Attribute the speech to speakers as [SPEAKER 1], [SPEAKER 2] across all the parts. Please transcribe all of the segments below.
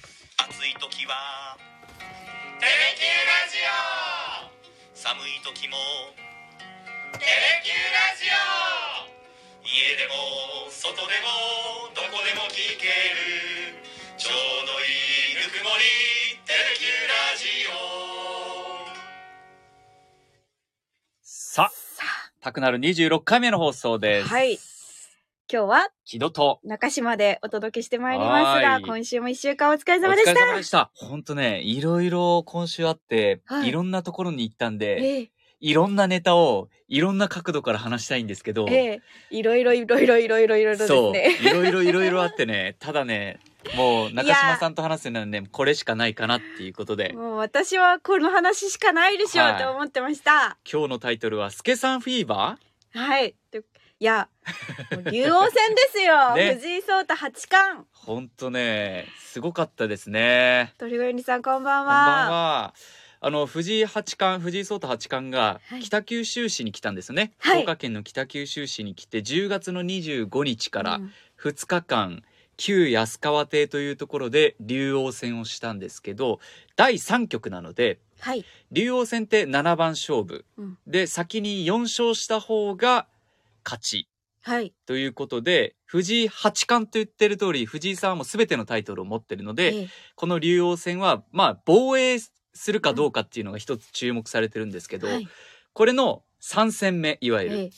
[SPEAKER 1] テレキューラ
[SPEAKER 2] い時は
[SPEAKER 1] ジオ
[SPEAKER 2] 寒い時も
[SPEAKER 1] テレキューラジオ
[SPEAKER 2] 家でも外でもどこでも聞けるちょうどいいぬくもりテレキューラジオ
[SPEAKER 3] さあ、たくなる26回目の放送です。
[SPEAKER 4] はい。今日は
[SPEAKER 3] 木戸と。
[SPEAKER 4] 中島でお届けしてまいります
[SPEAKER 3] は
[SPEAKER 4] が、
[SPEAKER 3] い
[SPEAKER 4] 今週も一週間お疲れ
[SPEAKER 3] お
[SPEAKER 4] 様でした。
[SPEAKER 3] でした。ほんとね、いろいろ今週あって、
[SPEAKER 4] はい
[SPEAKER 3] い、ろんなところに行ったんで、
[SPEAKER 4] ええ、
[SPEAKER 3] いろんなネタをいろんな角度から話したいんですけど、
[SPEAKER 4] ええ、いろいろいろいろいろいろいろです
[SPEAKER 3] そう、
[SPEAKER 4] ね。
[SPEAKER 3] いろいろいろいろあってね、ただね、もう中島さんと話すのはね、これしかないかなっていうことで、
[SPEAKER 4] もう私はこの話しかないでしょ
[SPEAKER 3] は
[SPEAKER 4] う
[SPEAKER 3] い
[SPEAKER 4] と思ってました。
[SPEAKER 3] 今日のタイトルは、スケさんフィーバ。
[SPEAKER 4] はい。でいや、もう竜王戦です よ
[SPEAKER 3] ね
[SPEAKER 4] 藤井聡太八冠。
[SPEAKER 3] ーほんとね、すごかったですね。
[SPEAKER 4] 鳥越さんこんばん
[SPEAKER 3] こんばん
[SPEAKER 4] は。
[SPEAKER 3] は。あの藤井八冠、藤井聡太八冠が
[SPEAKER 4] はい
[SPEAKER 3] 北九州市に来たんですよね。
[SPEAKER 4] はい
[SPEAKER 3] 福岡県の北九州市に来て、10月の25日か
[SPEAKER 4] う
[SPEAKER 3] ら
[SPEAKER 4] ん
[SPEAKER 3] 2日間。旧安川邸というところで竜王戦をしたんですけど第3局なので
[SPEAKER 4] はい。
[SPEAKER 3] 竜王戦って7番勝負、
[SPEAKER 4] うん
[SPEAKER 3] で先に4勝した方が勝ち
[SPEAKER 4] はい。
[SPEAKER 3] ということで藤井八冠と言ってる通り藤井さんはもう全てのタイトルを持ってるので、
[SPEAKER 4] ええ
[SPEAKER 3] この竜王戦は、まあ、防衛するかどうかっていうのが一つ注目されてるんですけど、
[SPEAKER 4] はい
[SPEAKER 3] これの3戦目、いわゆ
[SPEAKER 4] え
[SPEAKER 3] る
[SPEAKER 4] え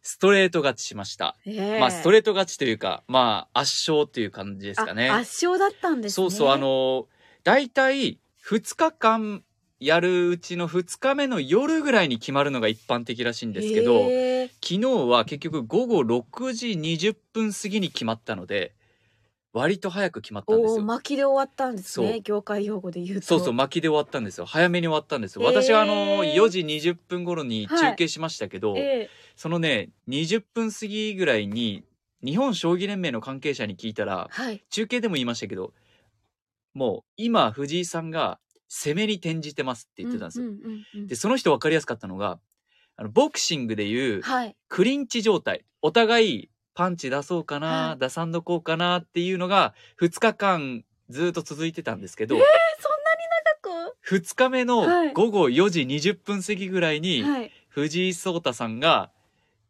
[SPEAKER 3] ストレート勝ちしました。
[SPEAKER 4] ええ
[SPEAKER 3] まあ、ストレート勝ちというか、まあ、圧勝という感じですかね。
[SPEAKER 4] あ圧勝だったんですね。
[SPEAKER 3] そうそう、あの、大体2日間やるうちの2日目の夜ぐらいに決まるのが一般的らしいんですけど、
[SPEAKER 4] ええ
[SPEAKER 3] 昨日は結局午後6時20分過ぎに決まったので、割と早く決まったんです
[SPEAKER 4] おお
[SPEAKER 3] よ。
[SPEAKER 4] 巻きで終わったんです
[SPEAKER 3] そう
[SPEAKER 4] ね業界用語で言うと
[SPEAKER 3] そうそう巻きで終わったんですよ早めに終わったんですよ、
[SPEAKER 4] へー
[SPEAKER 3] 私はあの4時20分頃に中継しましたけど、
[SPEAKER 4] ええ
[SPEAKER 3] そのね20分過ぎぐらいに日本将棋連盟の関係者に聞いたら
[SPEAKER 4] はい
[SPEAKER 3] 中継でも言いましたけどもう今藤井さんが攻めに転じてますって言ってたんですよ、
[SPEAKER 4] うんうんうんうん
[SPEAKER 3] でその人分かりやすかったのがあのボクシングでいう
[SPEAKER 4] はい
[SPEAKER 3] クリンチ状態お互いパンチ出そうかな、
[SPEAKER 4] はい
[SPEAKER 3] 出さんどこうかなっていうのが2日間ずっと続いてたんですけど、
[SPEAKER 4] そんなに
[SPEAKER 3] 2日目
[SPEAKER 4] は
[SPEAKER 3] の
[SPEAKER 4] い
[SPEAKER 3] 午後4時20分過ぎぐらいに
[SPEAKER 4] 長くはい
[SPEAKER 3] 藤井聡太さんが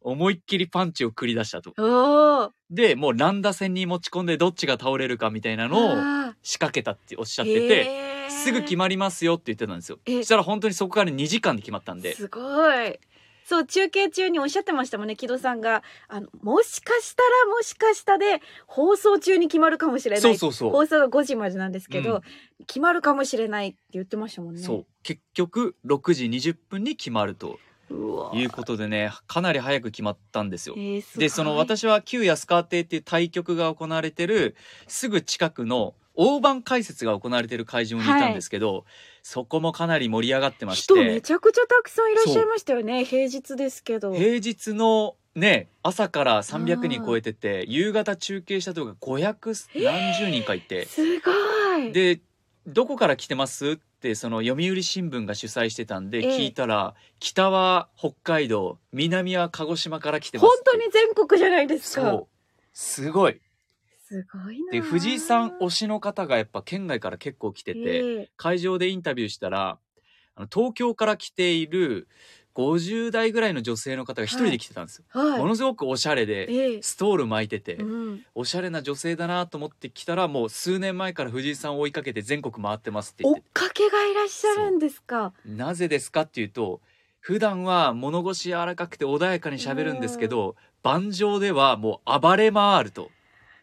[SPEAKER 3] 思いっきりパンチを繰り出したと。
[SPEAKER 4] おお
[SPEAKER 3] で、もう乱打戦に持ち込んでどっちが倒れるかみたいなのを
[SPEAKER 4] あー
[SPEAKER 3] 仕掛けたっておっしゃってて、
[SPEAKER 4] へー
[SPEAKER 3] すぐ決まりますよって言ってたんですよ。
[SPEAKER 4] え、
[SPEAKER 3] そしたら本当にそこから2時間で決まったんです
[SPEAKER 4] ごいそう中継中におっしゃってましたもんね木戸さんがあのもしかしたらもしかしたで放送中に決まるかもしれない
[SPEAKER 3] そうそうそう。
[SPEAKER 4] 放送が5時までなんですけど、
[SPEAKER 3] う
[SPEAKER 4] 決まるかもしれないって言ってましたもんね
[SPEAKER 3] そう。結局6時20分に決まると
[SPEAKER 4] うわ
[SPEAKER 3] いうことでね、かなり早く決まったんですよ
[SPEAKER 4] え。ーすごい
[SPEAKER 3] でその私は旧安川邸っていう対局が行われてるすぐ近くの大盤解説が行われてる会場にいたんですけど、そこもかなり盛り上がってまし
[SPEAKER 4] 人め
[SPEAKER 3] て
[SPEAKER 4] ちゃくちゃたくさんいらっしゃいましたよね平日ですけど
[SPEAKER 3] 平日のね朝から300人超えてて夕方中継したとが500何十人かいて、
[SPEAKER 4] すごい
[SPEAKER 3] で「どこから来てます?」ってその読売新聞が主催してたんで
[SPEAKER 4] ええ
[SPEAKER 3] 聞いたら「北は北海道南は鹿児島から来てます」
[SPEAKER 4] 本
[SPEAKER 3] って
[SPEAKER 4] 当に全国じゃないですか
[SPEAKER 3] そうすごい
[SPEAKER 4] すごいなあ
[SPEAKER 3] で藤井さん推しの方がやっぱ県外から結構来てて、
[SPEAKER 4] ええ
[SPEAKER 3] 会場でインタビューしたらあの東京から来ている50代ぐらいの女性の方が一人で来てたんですよ、
[SPEAKER 4] はい、
[SPEAKER 3] ものすごくおしゃれで、
[SPEAKER 4] ええ
[SPEAKER 3] ストール巻いてて、
[SPEAKER 4] うん、
[SPEAKER 3] おしゃれな女性だなと思って来たらもう数年前から藤井さんを追いかけて全国回ってますって言
[SPEAKER 4] 追
[SPEAKER 3] っ
[SPEAKER 4] ってかけがいらっしゃるんですか
[SPEAKER 3] なぜですかっていうと普段は物腰柔らかくて穏やかに喋るんですけど、盤上ではもう暴れ回ると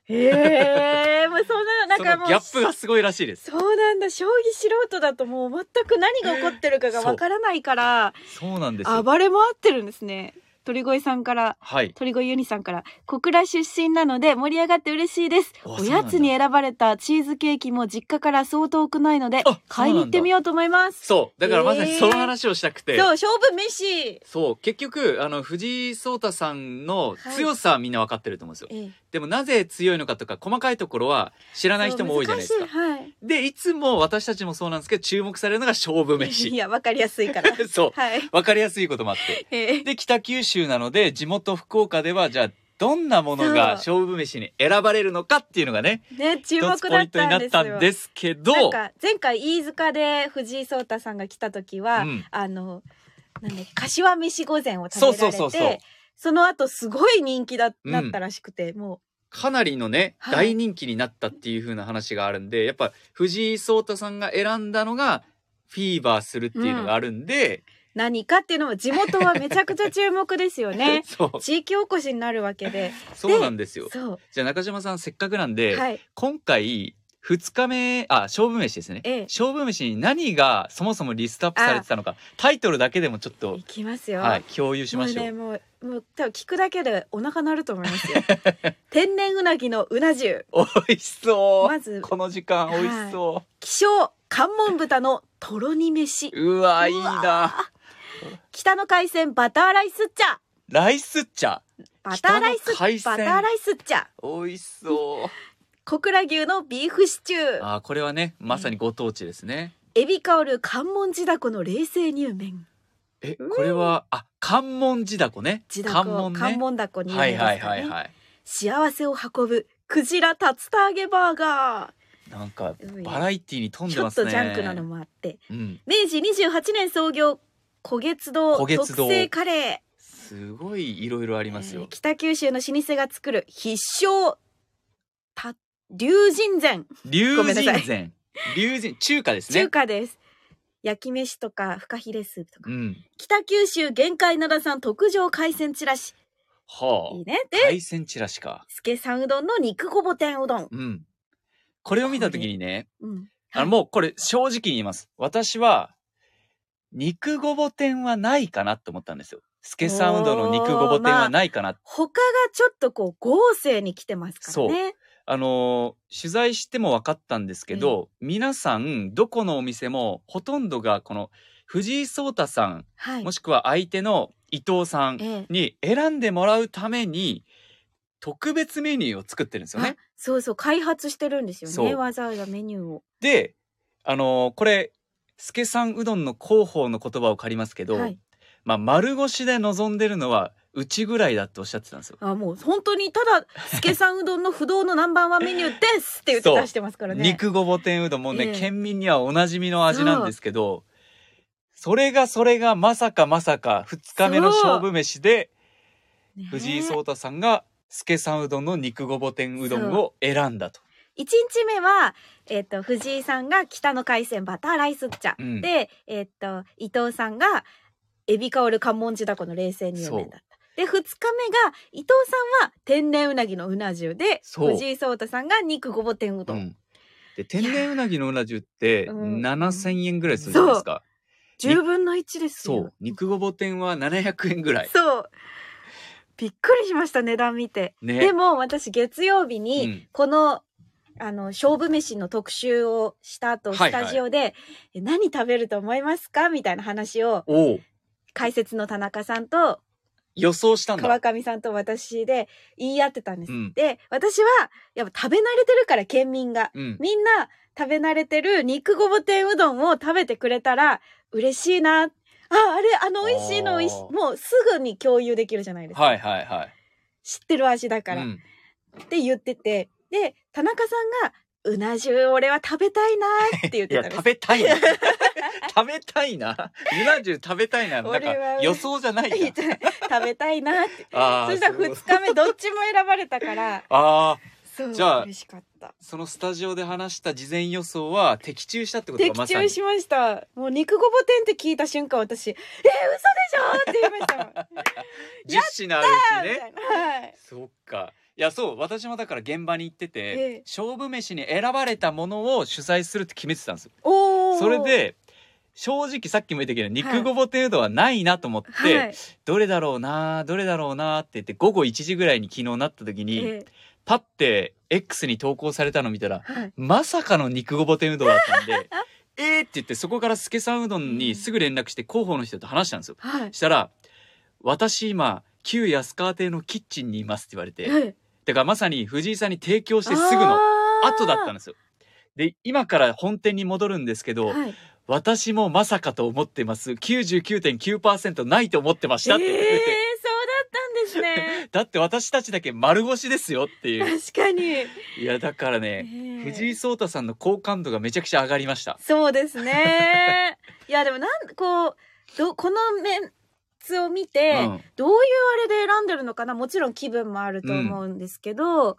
[SPEAKER 4] ええもうそんななん
[SPEAKER 3] そ
[SPEAKER 4] か
[SPEAKER 3] の
[SPEAKER 4] もう
[SPEAKER 3] ギャップがすごいらしいです
[SPEAKER 4] そうなんだ将棋素人だともう全く何が起こってるかがわからないから
[SPEAKER 3] そうなんですよ
[SPEAKER 4] 暴れ回ってるんですね鳥越さんから
[SPEAKER 3] はい
[SPEAKER 4] 鳥越ユニさんから小倉出身なので盛り上がって嬉しいです
[SPEAKER 3] あ
[SPEAKER 4] おやつに選ばれたチーズケーキも実家からそう遠くないので
[SPEAKER 3] あ
[SPEAKER 4] 買いに行ってみようと思います
[SPEAKER 3] そうだからまさにその話をしたくて、
[SPEAKER 4] そう勝負飯
[SPEAKER 3] そう結局あの藤井聡太さんの
[SPEAKER 4] はい
[SPEAKER 3] 強さはみんな分かってると思うんですよ、
[SPEAKER 4] え
[SPEAKER 3] でもなぜ強いのかとか細かいところは知らない人も多いじゃないですか
[SPEAKER 4] はい、
[SPEAKER 3] でいつも私たちもそうなんですけど注目されるのが勝負
[SPEAKER 4] い
[SPEAKER 3] 飯
[SPEAKER 4] やわかりやすいから
[SPEAKER 3] そう
[SPEAKER 4] はい
[SPEAKER 3] 分かりやすいこともあって
[SPEAKER 4] ええ
[SPEAKER 3] で北九州なので地元福岡ではじゃあどんなものが勝負飯に選ばれるのかっていうのがね
[SPEAKER 4] ね注
[SPEAKER 3] 一
[SPEAKER 4] 目だっ
[SPEAKER 3] つポイントに
[SPEAKER 4] た
[SPEAKER 3] なんっ
[SPEAKER 4] です
[SPEAKER 3] た
[SPEAKER 4] よ
[SPEAKER 3] んですけど
[SPEAKER 4] なんか前回飯塚で藤井聡太さんが来た時は、
[SPEAKER 3] うん
[SPEAKER 4] あのなんで柏飯御膳を食べられて
[SPEAKER 3] そ
[SPEAKER 4] そう
[SPEAKER 3] そうそうそう
[SPEAKER 4] の後すごい人気だ
[SPEAKER 3] うん
[SPEAKER 4] なったらしくて、も
[SPEAKER 3] かなりのね、
[SPEAKER 4] はい
[SPEAKER 3] 大人気になったっていう風な話があるんでやっぱ藤井聡太さんが選んだのがフィーバーするっていうのがあるんで、
[SPEAKER 4] う何かっていうのも地元はめちゃくちゃ注目ですよ ね
[SPEAKER 3] そう
[SPEAKER 4] 地域おこしになるわけで
[SPEAKER 3] そうなんですよ
[SPEAKER 4] そ
[SPEAKER 3] じゃあ中島さんせっかくなん
[SPEAKER 4] う
[SPEAKER 3] で、
[SPEAKER 4] はい
[SPEAKER 3] 今回2日目あ勝負飯ですね、
[SPEAKER 4] ええ
[SPEAKER 3] 勝負飯に何がそもそもリストアップされてたのかタイトルだけでもちょっと
[SPEAKER 4] い、きますよ、
[SPEAKER 3] はい、共有しましょう
[SPEAKER 4] もうねもうもう多分聞くだけでお腹鳴ると思います よ天然うなぎのうな重
[SPEAKER 3] 美味しそう、
[SPEAKER 4] まず
[SPEAKER 3] この時間美味しそう、
[SPEAKER 4] 希少関門豚のとろ煮飯
[SPEAKER 3] うわいいう
[SPEAKER 4] わ
[SPEAKER 3] な
[SPEAKER 4] 北の海鮮バターライスッチャ
[SPEAKER 3] ライス茶
[SPEAKER 4] バターライス
[SPEAKER 3] 北の海鮮
[SPEAKER 4] バターライスッチャ
[SPEAKER 3] 美味しそう
[SPEAKER 4] 小倉牛のビーフシチュー
[SPEAKER 3] あーこれはねまさにご当地ですね、
[SPEAKER 4] エビ香る関門地だこの冷製乳麺
[SPEAKER 3] えこれはあ関門地だこね
[SPEAKER 4] 地だ
[SPEAKER 3] 関
[SPEAKER 4] こ
[SPEAKER 3] 門ね
[SPEAKER 4] 関門だこに
[SPEAKER 3] はいはいはい
[SPEAKER 4] い
[SPEAKER 3] はい
[SPEAKER 4] 幸せを運ぶクジラ竜田揚げバーガ
[SPEAKER 3] なんか
[SPEAKER 4] ー
[SPEAKER 3] バラエティーに富ん
[SPEAKER 4] ち
[SPEAKER 3] で
[SPEAKER 4] ょ
[SPEAKER 3] ま
[SPEAKER 4] っ
[SPEAKER 3] す
[SPEAKER 4] と
[SPEAKER 3] ね
[SPEAKER 4] ジャンクなのもあって
[SPEAKER 3] うん
[SPEAKER 4] 明治28年創業古月堂
[SPEAKER 3] 古月堂
[SPEAKER 4] 特製カレー
[SPEAKER 3] すごいいろいろありますよ、
[SPEAKER 4] えー北九州の老舗が作る必勝た龍神膳
[SPEAKER 3] 龍
[SPEAKER 4] ごめんなさ
[SPEAKER 3] 神
[SPEAKER 4] い
[SPEAKER 3] 膳龍神中華ですね
[SPEAKER 4] 中華です、焼き飯とかフカヒレスープとか、
[SPEAKER 3] うん
[SPEAKER 4] 北九州限界灘産特上海鮮チラシ
[SPEAKER 3] はい
[SPEAKER 4] い
[SPEAKER 3] あ
[SPEAKER 4] ねで
[SPEAKER 3] 海鮮チラシか
[SPEAKER 4] 助さんうどんの肉ごぼ天うどん、
[SPEAKER 3] うんこれを見た時にね
[SPEAKER 4] うん、
[SPEAKER 3] あのもうこれ正直に言います私は肉ごぼ天はないかなと思ったんですよスケサウンドの肉ごぼ天はないかな
[SPEAKER 4] 他がちょっとこう豪勢に来てますからね
[SPEAKER 3] あのー取材しても分かったんですけど、皆さんどこのお店もほとんどがこの藤井聡太さん
[SPEAKER 4] はい
[SPEAKER 3] もしくは相手の伊藤さん
[SPEAKER 4] ええ
[SPEAKER 3] に選んでもらうために特別メニューを作ってるんですよ
[SPEAKER 4] あ
[SPEAKER 3] ね。
[SPEAKER 4] そうそう開発してるんですよ
[SPEAKER 3] そ
[SPEAKER 4] ね
[SPEAKER 3] う
[SPEAKER 4] わざわざメニューを
[SPEAKER 3] で、あのーこれ助さんうどんの広報の言葉を借りますけど、
[SPEAKER 4] はい
[SPEAKER 3] まあ丸腰で望んでるのはうちぐらいだっておっしゃってたんですよ。
[SPEAKER 4] あもう本当にただ助さんうどんの不動のナンバーワンメニューですって言って
[SPEAKER 3] そう
[SPEAKER 4] 出してますからね
[SPEAKER 3] 肉ごぼ天うどんもね、
[SPEAKER 4] ええ
[SPEAKER 3] 県民にはおなじみの味なんですけどそれがそれがまさかまさか2日目の
[SPEAKER 4] そう
[SPEAKER 3] 勝負飯で
[SPEAKER 4] ね
[SPEAKER 3] 藤井聡太さんが助さんうどんの肉ごぼ天うどんを選んだと。
[SPEAKER 4] 一日目は、えっと藤井さんが北の海鮮バターライス茶、
[SPEAKER 3] うん
[SPEAKER 4] で、えっと伊藤さんがエビ香る関門地だこの冷製乳麺だった。で2日目が伊藤さんは天然うなぎのうな重で
[SPEAKER 3] そう
[SPEAKER 4] 藤井聡太さんが肉ごぼ天うどん、
[SPEAKER 3] うんで天然うなぎのうな重って
[SPEAKER 4] うん
[SPEAKER 3] 7,000円ぐらいするじゃないですか。
[SPEAKER 4] 10分の1です
[SPEAKER 3] そう
[SPEAKER 4] よ。
[SPEAKER 3] 肉ごぼ天は700円ぐらい。
[SPEAKER 4] そうびっくりしました値段見て。
[SPEAKER 3] ね。
[SPEAKER 4] でも私月曜日
[SPEAKER 3] う
[SPEAKER 4] に
[SPEAKER 3] ん
[SPEAKER 4] この、あの勝負飯の特集をした後
[SPEAKER 3] はいはい
[SPEAKER 4] スタジオで、え何食べると思いますかみたいな話を
[SPEAKER 3] おう
[SPEAKER 4] 解説の田中さんと
[SPEAKER 3] 予想したんだ
[SPEAKER 4] 川。上さんと私で言い合ってたんです。
[SPEAKER 3] うん
[SPEAKER 4] で私はやっぱ食べ慣れてるから県民が
[SPEAKER 3] うん、
[SPEAKER 4] みんな食べ慣れてる肉ごぼ天うどんを食べてくれたら嬉しいなああれあの美味しいの美味しい
[SPEAKER 3] あー
[SPEAKER 4] もうすぐに共有できるじゃないですか、
[SPEAKER 3] はいはいはい。
[SPEAKER 4] 知ってる味だから。
[SPEAKER 3] うん
[SPEAKER 4] って言っててで田中さんが「うな重俺は食べたいな」って言っ
[SPEAKER 3] い
[SPEAKER 4] て
[SPEAKER 3] や
[SPEAKER 4] たんで
[SPEAKER 3] 食
[SPEAKER 4] す。
[SPEAKER 3] べたいな食べたい なうな重食べたいななんか
[SPEAKER 4] 俺は
[SPEAKER 3] 予想じゃないな
[SPEAKER 4] 食べたいなって
[SPEAKER 3] あ
[SPEAKER 4] そ
[SPEAKER 3] ー
[SPEAKER 4] したら
[SPEAKER 3] そう
[SPEAKER 4] 2日目どっちも選ばれたから
[SPEAKER 3] あー
[SPEAKER 4] そう
[SPEAKER 3] じゃあ
[SPEAKER 4] 嬉しかった
[SPEAKER 3] そのスタジオで話した事前予想は的中したってことが
[SPEAKER 4] 的
[SPEAKER 3] まさ
[SPEAKER 4] 中
[SPEAKER 3] に
[SPEAKER 4] しましたもう肉ごぼ天って聞いた瞬間私「えー、嘘でしょ!」って言いましたもん
[SPEAKER 3] 10品あるうち
[SPEAKER 4] み
[SPEAKER 3] ね
[SPEAKER 4] たいなはい
[SPEAKER 3] そっかいやそう私もだから現場に行ってて、
[SPEAKER 4] ええ
[SPEAKER 3] 勝負飯に選ばれたものを主催するって決めてたんですよ
[SPEAKER 4] おー
[SPEAKER 3] それで正直さっきも言ったけど
[SPEAKER 4] は
[SPEAKER 3] 肉
[SPEAKER 4] い
[SPEAKER 3] ごぼ天うどんはないなと思って、
[SPEAKER 4] はい
[SPEAKER 3] どれだろうなどれだろうなって言って午後1時ぐらいに昨日なった時に、
[SPEAKER 4] えー
[SPEAKER 3] パッて X に投稿されたの見たら
[SPEAKER 4] はい
[SPEAKER 3] まさかの肉ごぼ天うどんだったん でえーって言ってそこから助さんうどんにすぐ連絡して広報の人と話したんですよ
[SPEAKER 4] はい
[SPEAKER 3] したら「私今旧安川亭のキッチンにいます」って言われて
[SPEAKER 4] はい
[SPEAKER 3] だからまさに藤井さんに提供してすぐの
[SPEAKER 4] あー
[SPEAKER 3] 後だったんですよで今から本店に戻るんですけど、
[SPEAKER 4] はい
[SPEAKER 3] 私もまさかと思ってます99.9%ないと思ってましたって言って
[SPEAKER 4] え
[SPEAKER 3] て、
[SPEAKER 4] ー、そうだったんですですね
[SPEAKER 3] だって私たちだけ丸腰ですよっていう。
[SPEAKER 4] 確かに、
[SPEAKER 3] いやだからね、
[SPEAKER 4] ねえ
[SPEAKER 3] 藤井聡太さんの好感度がめちゃくちゃ上がりました。
[SPEAKER 4] そうで すねいやでもなんこうどこのメンツを見て、
[SPEAKER 3] うん
[SPEAKER 4] どういうあれで選んでるのかなもちろん気分もあると思うんですけど、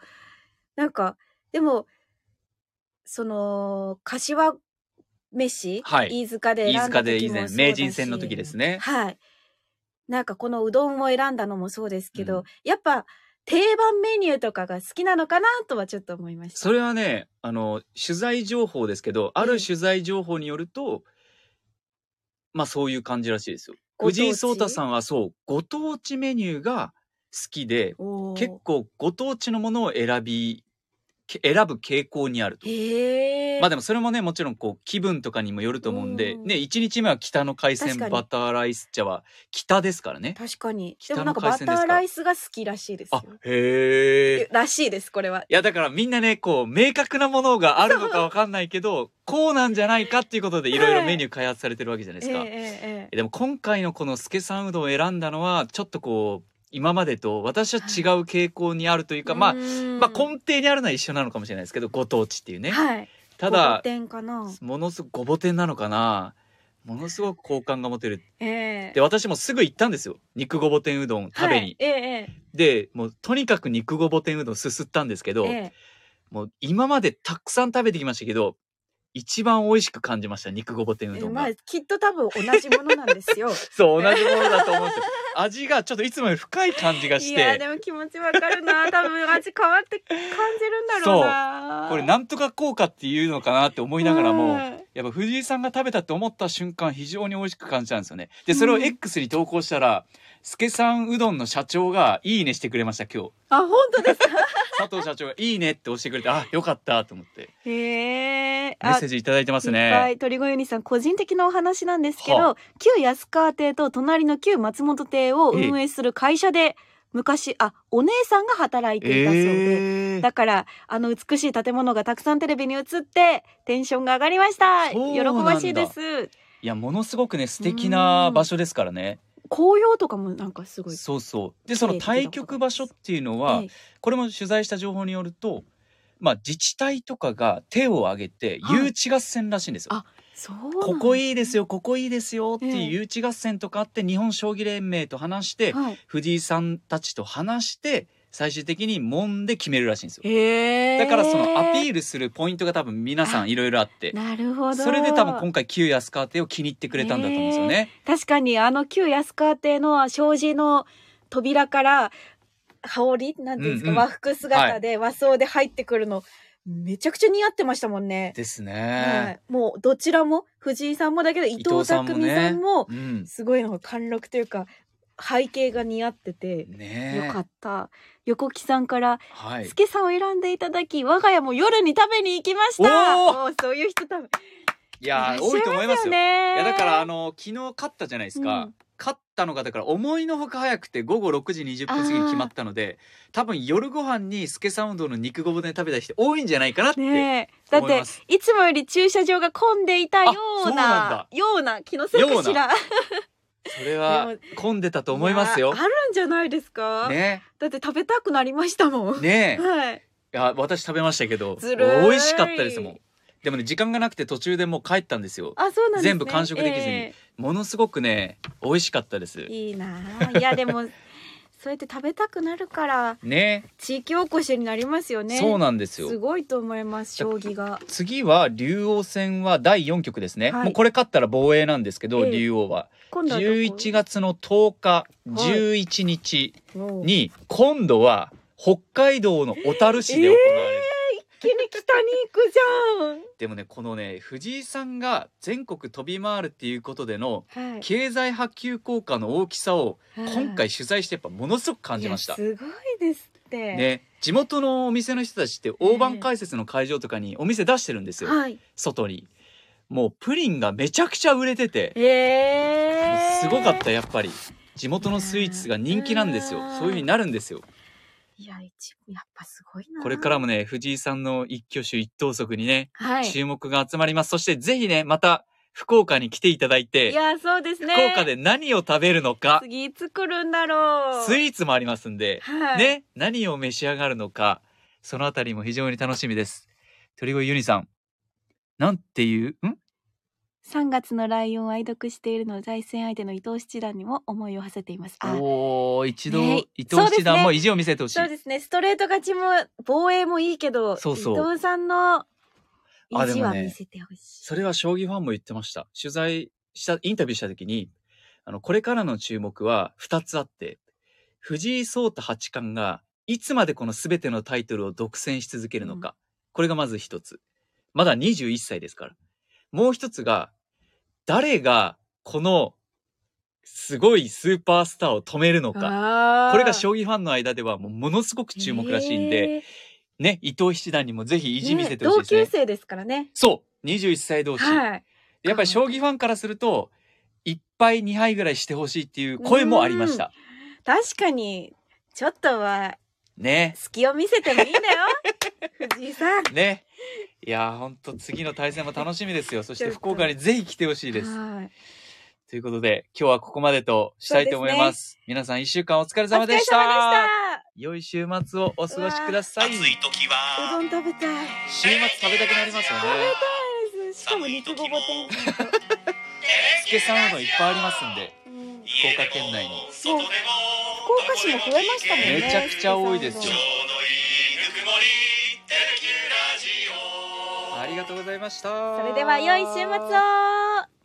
[SPEAKER 4] なんかでもその柏飯、
[SPEAKER 3] はい
[SPEAKER 4] 飯塚で
[SPEAKER 3] 飯
[SPEAKER 4] 選ん
[SPEAKER 3] 塚
[SPEAKER 4] だ
[SPEAKER 3] で以
[SPEAKER 4] 時もそう
[SPEAKER 3] 前
[SPEAKER 4] だし
[SPEAKER 3] 名人戦の時ですね。
[SPEAKER 4] はいなんかこのうどんを選んだのもそうですけど、
[SPEAKER 3] うん
[SPEAKER 4] やっぱ定番メニューとかが好きなのかなとはちょっと思いました
[SPEAKER 3] それはねあの取材情報ですけどある取材情報によると、まあそういう感じらしいですよ。
[SPEAKER 4] ご当地
[SPEAKER 3] 藤井聡太さんはそうご当地メニューが好きで
[SPEAKER 4] おー
[SPEAKER 3] 結構ご当地のものを選びけ選ぶ傾向にあると。
[SPEAKER 4] へえ
[SPEAKER 3] まあでもそれもねもちろんこう気分とかにもよると思うんで、
[SPEAKER 4] うん
[SPEAKER 3] ね1日目は北の海鮮
[SPEAKER 4] 確かに
[SPEAKER 3] バターライス茶は北ですからね。
[SPEAKER 4] 確かにで
[SPEAKER 3] 北
[SPEAKER 4] も
[SPEAKER 3] の
[SPEAKER 4] なんか
[SPEAKER 3] 海
[SPEAKER 4] バ
[SPEAKER 3] 鮮
[SPEAKER 4] タ
[SPEAKER 3] ですか
[SPEAKER 4] ーライスが好きらしいですよ
[SPEAKER 3] あへえ。
[SPEAKER 4] らしいですこれはい
[SPEAKER 3] やだからみんなねこう明確なものがあるのかわかんないけどこうなんじゃないかっていうことでいろいろメニュー開発されてるわけじゃないですか。
[SPEAKER 4] えええええ
[SPEAKER 3] でも今回のこのスケさんうどんを選んだのはちょっとこう今までと私は違う傾向にあるという
[SPEAKER 4] え
[SPEAKER 3] か、まあ、
[SPEAKER 4] うん
[SPEAKER 3] まあ根底にあるのは一緒なのかもしれないですけどご当地っていうね。
[SPEAKER 4] はい
[SPEAKER 3] ただ
[SPEAKER 4] 5点かな
[SPEAKER 3] ものすごくごぼ天なのかなものすごく好感が持てる
[SPEAKER 4] ええ
[SPEAKER 3] で私もすぐ行ったんですよ肉ごぼ天うどん食べに。
[SPEAKER 4] はい、ええ
[SPEAKER 3] でもうとにかく肉ごぼ天うどんすすったんですけど。
[SPEAKER 4] ええ
[SPEAKER 3] もう今までたくさん食べてきましたけど、一番美味しく感じました、肉ごぼ天う
[SPEAKER 4] え
[SPEAKER 3] ど
[SPEAKER 4] え
[SPEAKER 3] ん
[SPEAKER 4] ま
[SPEAKER 3] が
[SPEAKER 4] あ。きっと多分同じものなんで すよ
[SPEAKER 3] そう、同じものだと思 うんですよ。味がちょっといつもより深い感じがし
[SPEAKER 4] いや
[SPEAKER 3] て、
[SPEAKER 4] でも気持ちわかるな多分味変わって感じるんだろうな
[SPEAKER 3] これなんとか効果っていうのかなって思いながら
[SPEAKER 4] う
[SPEAKER 3] も、
[SPEAKER 4] ん
[SPEAKER 3] やっぱ藤井さんが食べたって思った瞬間、非常に美味しく感じたんですよね。で、それを X に投稿したら、すけさんうどんの社長がいいねしてくれました、今日。
[SPEAKER 4] あ本当ですか
[SPEAKER 3] 佐藤社長がいいねって押してくれて、あ、よかったと思って、
[SPEAKER 4] へえ
[SPEAKER 3] メ
[SPEAKER 4] あ
[SPEAKER 3] ッセージいただいてます
[SPEAKER 4] いっぱ
[SPEAKER 3] ね。
[SPEAKER 4] い鳥越ユニさん個人的なお話なんですけど、
[SPEAKER 3] は
[SPEAKER 4] 旧安川邸と隣の旧松本邸を運営する会社で昔あお姉さんが働いていたそうで、
[SPEAKER 3] えー
[SPEAKER 4] だからあの美しい建物がたくさんテレビに映ってテンションが上がりました
[SPEAKER 3] そう
[SPEAKER 4] 喜
[SPEAKER 3] なんだ
[SPEAKER 4] ばしいです
[SPEAKER 3] いやものすごくね素敵な場所ですからね
[SPEAKER 4] 紅葉とかもなんかすごい
[SPEAKER 3] そうそうでその対局場所っていうのは
[SPEAKER 4] ええ
[SPEAKER 3] これも取材した情報によるとまあ自治体とかが手を挙げて
[SPEAKER 4] はい
[SPEAKER 3] 誘致合戦らしいんですよ、
[SPEAKER 4] あそうなんだ
[SPEAKER 3] ここいいですよここいいですよって
[SPEAKER 4] え
[SPEAKER 3] いう誘致合戦とかあって日本将棋連盟と話して
[SPEAKER 4] はい
[SPEAKER 3] 藤井さんたちと話して最終的に揉んで決めるらしいんですよ
[SPEAKER 4] へえ
[SPEAKER 3] だからそのアピ
[SPEAKER 4] ー
[SPEAKER 3] ールするポイントが多分皆さんいろいろあって
[SPEAKER 4] ルなるほど
[SPEAKER 3] それで多分今回旧安川邸を気に入ってくれたんだと思うんですよね、
[SPEAKER 4] 確かにあの旧安川邸の障子の扉から羽織なんていうんですか、
[SPEAKER 3] うんうん
[SPEAKER 4] 和服姿で和装で入ってくるの、めちゃくちゃ似合ってましたもんね。
[SPEAKER 3] ですね、
[SPEAKER 4] はい、もうどちらも藤井さんもだけど伊藤
[SPEAKER 3] 藤さんも
[SPEAKER 4] 匠
[SPEAKER 3] ね
[SPEAKER 4] さんも
[SPEAKER 3] うん
[SPEAKER 4] すごいのが貫禄というか背景が似合ってて。
[SPEAKER 3] ねえ
[SPEAKER 4] よかった横木さんから
[SPEAKER 3] は
[SPEAKER 4] 「
[SPEAKER 3] い
[SPEAKER 4] 助、さんを選んでいただき我が家も夜に食べに行きました!」
[SPEAKER 3] おー
[SPEAKER 4] もうそういう人多分
[SPEAKER 3] いや
[SPEAKER 4] らっしゃ
[SPEAKER 3] 多いと思いますよ。い
[SPEAKER 4] ね
[SPEAKER 3] やだからあの昨日勝ったじゃないですか、
[SPEAKER 4] うん
[SPEAKER 3] 勝ったのがだから思いのほか早くて午後6時20分過ぎに決まったので多分夜ご飯にスケサウンドの肉ごぼ天食べた人多いんじゃないかなって、
[SPEAKER 4] ねえだっ
[SPEAKER 3] 思い
[SPEAKER 4] て
[SPEAKER 3] ます
[SPEAKER 4] いつもより駐車場が混んでいたような
[SPEAKER 3] あ
[SPEAKER 4] ような気のせいかしら
[SPEAKER 3] それは
[SPEAKER 4] でも
[SPEAKER 3] 混んでたと思いますよ
[SPEAKER 4] や。あるんじゃないですか、
[SPEAKER 3] ね
[SPEAKER 4] だって食べたくなりましたもん、
[SPEAKER 3] ねえ
[SPEAKER 4] はい
[SPEAKER 3] いや私食べましたけど
[SPEAKER 4] ずるい
[SPEAKER 3] 美味しかったですもん。でもね時間がなくて途中でもう帰ったんですよ。
[SPEAKER 4] あそうなんです、ね、
[SPEAKER 3] 全部完食できずに
[SPEAKER 4] え
[SPEAKER 3] ものすごくね美味しかったです
[SPEAKER 4] え。いいなあいやでも そうやって食べたくなるから
[SPEAKER 3] ね
[SPEAKER 4] 地域おこしになりますよね
[SPEAKER 3] そう
[SPEAKER 4] なん
[SPEAKER 3] なんですよ。
[SPEAKER 4] すごいと思います将棋が
[SPEAKER 3] 次は竜王戦は第4局ですね、
[SPEAKER 4] はい
[SPEAKER 3] もうこれ勝ったら防衛なんですけど、
[SPEAKER 4] ええ
[SPEAKER 3] 竜王は
[SPEAKER 4] 今度はどこ
[SPEAKER 3] 11月の10日11日
[SPEAKER 4] おう一
[SPEAKER 3] に今度は北海道の小樽市で行われる、
[SPEAKER 4] 気に北に行くじ
[SPEAKER 3] でもねこのね藤井さんが全国飛び回るっていうことでの
[SPEAKER 4] ゃん、はい
[SPEAKER 3] 経済波及効果の大きさを
[SPEAKER 4] はい
[SPEAKER 3] 今回取材してやっぱものすごく感じました
[SPEAKER 4] い。やすごいですって
[SPEAKER 3] ね、地元のお店の人たちって大盤解説の会場とかにお店出してるんですよ、
[SPEAKER 4] はい
[SPEAKER 3] 外にもうプリンがめちゃくちゃ売れててもう
[SPEAKER 4] えー、
[SPEAKER 3] すごかったやっぱり地元のスイーツが人気なんですよ
[SPEAKER 4] うん
[SPEAKER 3] そういう風になるんですよ
[SPEAKER 4] いや、一やっぱすごいな。
[SPEAKER 3] これから
[SPEAKER 4] も、
[SPEAKER 3] もね藤井さんの一挙手一投足にね、
[SPEAKER 4] はい、
[SPEAKER 3] 注目が集まりますそしてぜひねまた福岡に来ていただい
[SPEAKER 4] い
[SPEAKER 3] て、
[SPEAKER 4] や、そうですね。
[SPEAKER 3] 福岡で何を食べるのか、
[SPEAKER 4] 次いつ来るんだろう。
[SPEAKER 3] スイーツもありますんで、
[SPEAKER 4] はい。。
[SPEAKER 3] ね、何を召し上がるのか、そのあたりも非常に楽しみです。鳥越ゆにさん、なんていうん
[SPEAKER 4] 3月のライオンを愛読しているのを対戦相手の伊藤七段にも思いを馳せています。あ、
[SPEAKER 3] おー、一度、
[SPEAKER 4] ね
[SPEAKER 3] 伊
[SPEAKER 4] そう
[SPEAKER 3] 藤
[SPEAKER 4] です
[SPEAKER 3] 七
[SPEAKER 4] ね
[SPEAKER 3] 段も意地を見せてほしい。
[SPEAKER 4] そうですね。ストレート勝ちも防衛もいいけど、
[SPEAKER 3] そうそう
[SPEAKER 4] 伊藤さんの意
[SPEAKER 3] あで
[SPEAKER 4] 地
[SPEAKER 3] も
[SPEAKER 4] は
[SPEAKER 3] ね
[SPEAKER 4] 見せてほしい。
[SPEAKER 3] それは将棋ファンも言ってました。取材した、インタビューした時に、あの、これからの注目は2つあって、藤井聡太八冠がいつまでこの全てのタイトルを独占し続けるのか。これがまず1つ。まだ21歳ですから。もう1つが、誰がこのすごいスーパースターを止めるのか。
[SPEAKER 4] あー
[SPEAKER 3] これが将棋ファンの間ではもうものすごく注目らしいんで、
[SPEAKER 4] へー
[SPEAKER 3] ね、伊藤七段にもぜひ意地見せて
[SPEAKER 4] ね
[SPEAKER 3] ほしいで
[SPEAKER 4] 同級
[SPEAKER 3] すね。
[SPEAKER 4] 生ですからね。
[SPEAKER 3] そう、21歳同士。
[SPEAKER 4] はい。
[SPEAKER 3] やっぱり将棋ファンからすると1敗2敗ぐらいしてほしいっていう声もありました。
[SPEAKER 4] 確かに、ちょっとは
[SPEAKER 3] ね。
[SPEAKER 4] 隙を見せてもいいん だよ。藤井さん。
[SPEAKER 3] ね。いやーほんと次の対戦も楽しみですよ。そして
[SPEAKER 4] ちょっと
[SPEAKER 3] 福岡にぜひ来てほしいです。
[SPEAKER 4] はい
[SPEAKER 3] ということで今日はここまでとしたいと思います。皆さん1週間お疲れ
[SPEAKER 4] お疲
[SPEAKER 3] 様
[SPEAKER 4] れ様
[SPEAKER 3] で
[SPEAKER 4] で
[SPEAKER 3] し。
[SPEAKER 4] したた。
[SPEAKER 3] 良い週末をお過ごしください。
[SPEAKER 2] 暑
[SPEAKER 3] 週
[SPEAKER 2] い時
[SPEAKER 4] う
[SPEAKER 2] は
[SPEAKER 4] どん食べたい。
[SPEAKER 3] 末食べたくなりますよね。
[SPEAKER 4] しかも肉ごぼ天。
[SPEAKER 3] スケさんのいっぱいありますんで。
[SPEAKER 4] うん
[SPEAKER 2] 家でも
[SPEAKER 3] 福岡県内に
[SPEAKER 2] 外でも
[SPEAKER 4] 福岡市も増えましたもんね。
[SPEAKER 3] めちゃくちゃ多いです
[SPEAKER 2] ちょ
[SPEAKER 3] よ
[SPEAKER 2] うどいいぬくもりテレキューラジオ
[SPEAKER 3] ありがとうございました。
[SPEAKER 4] それでは良い週末を。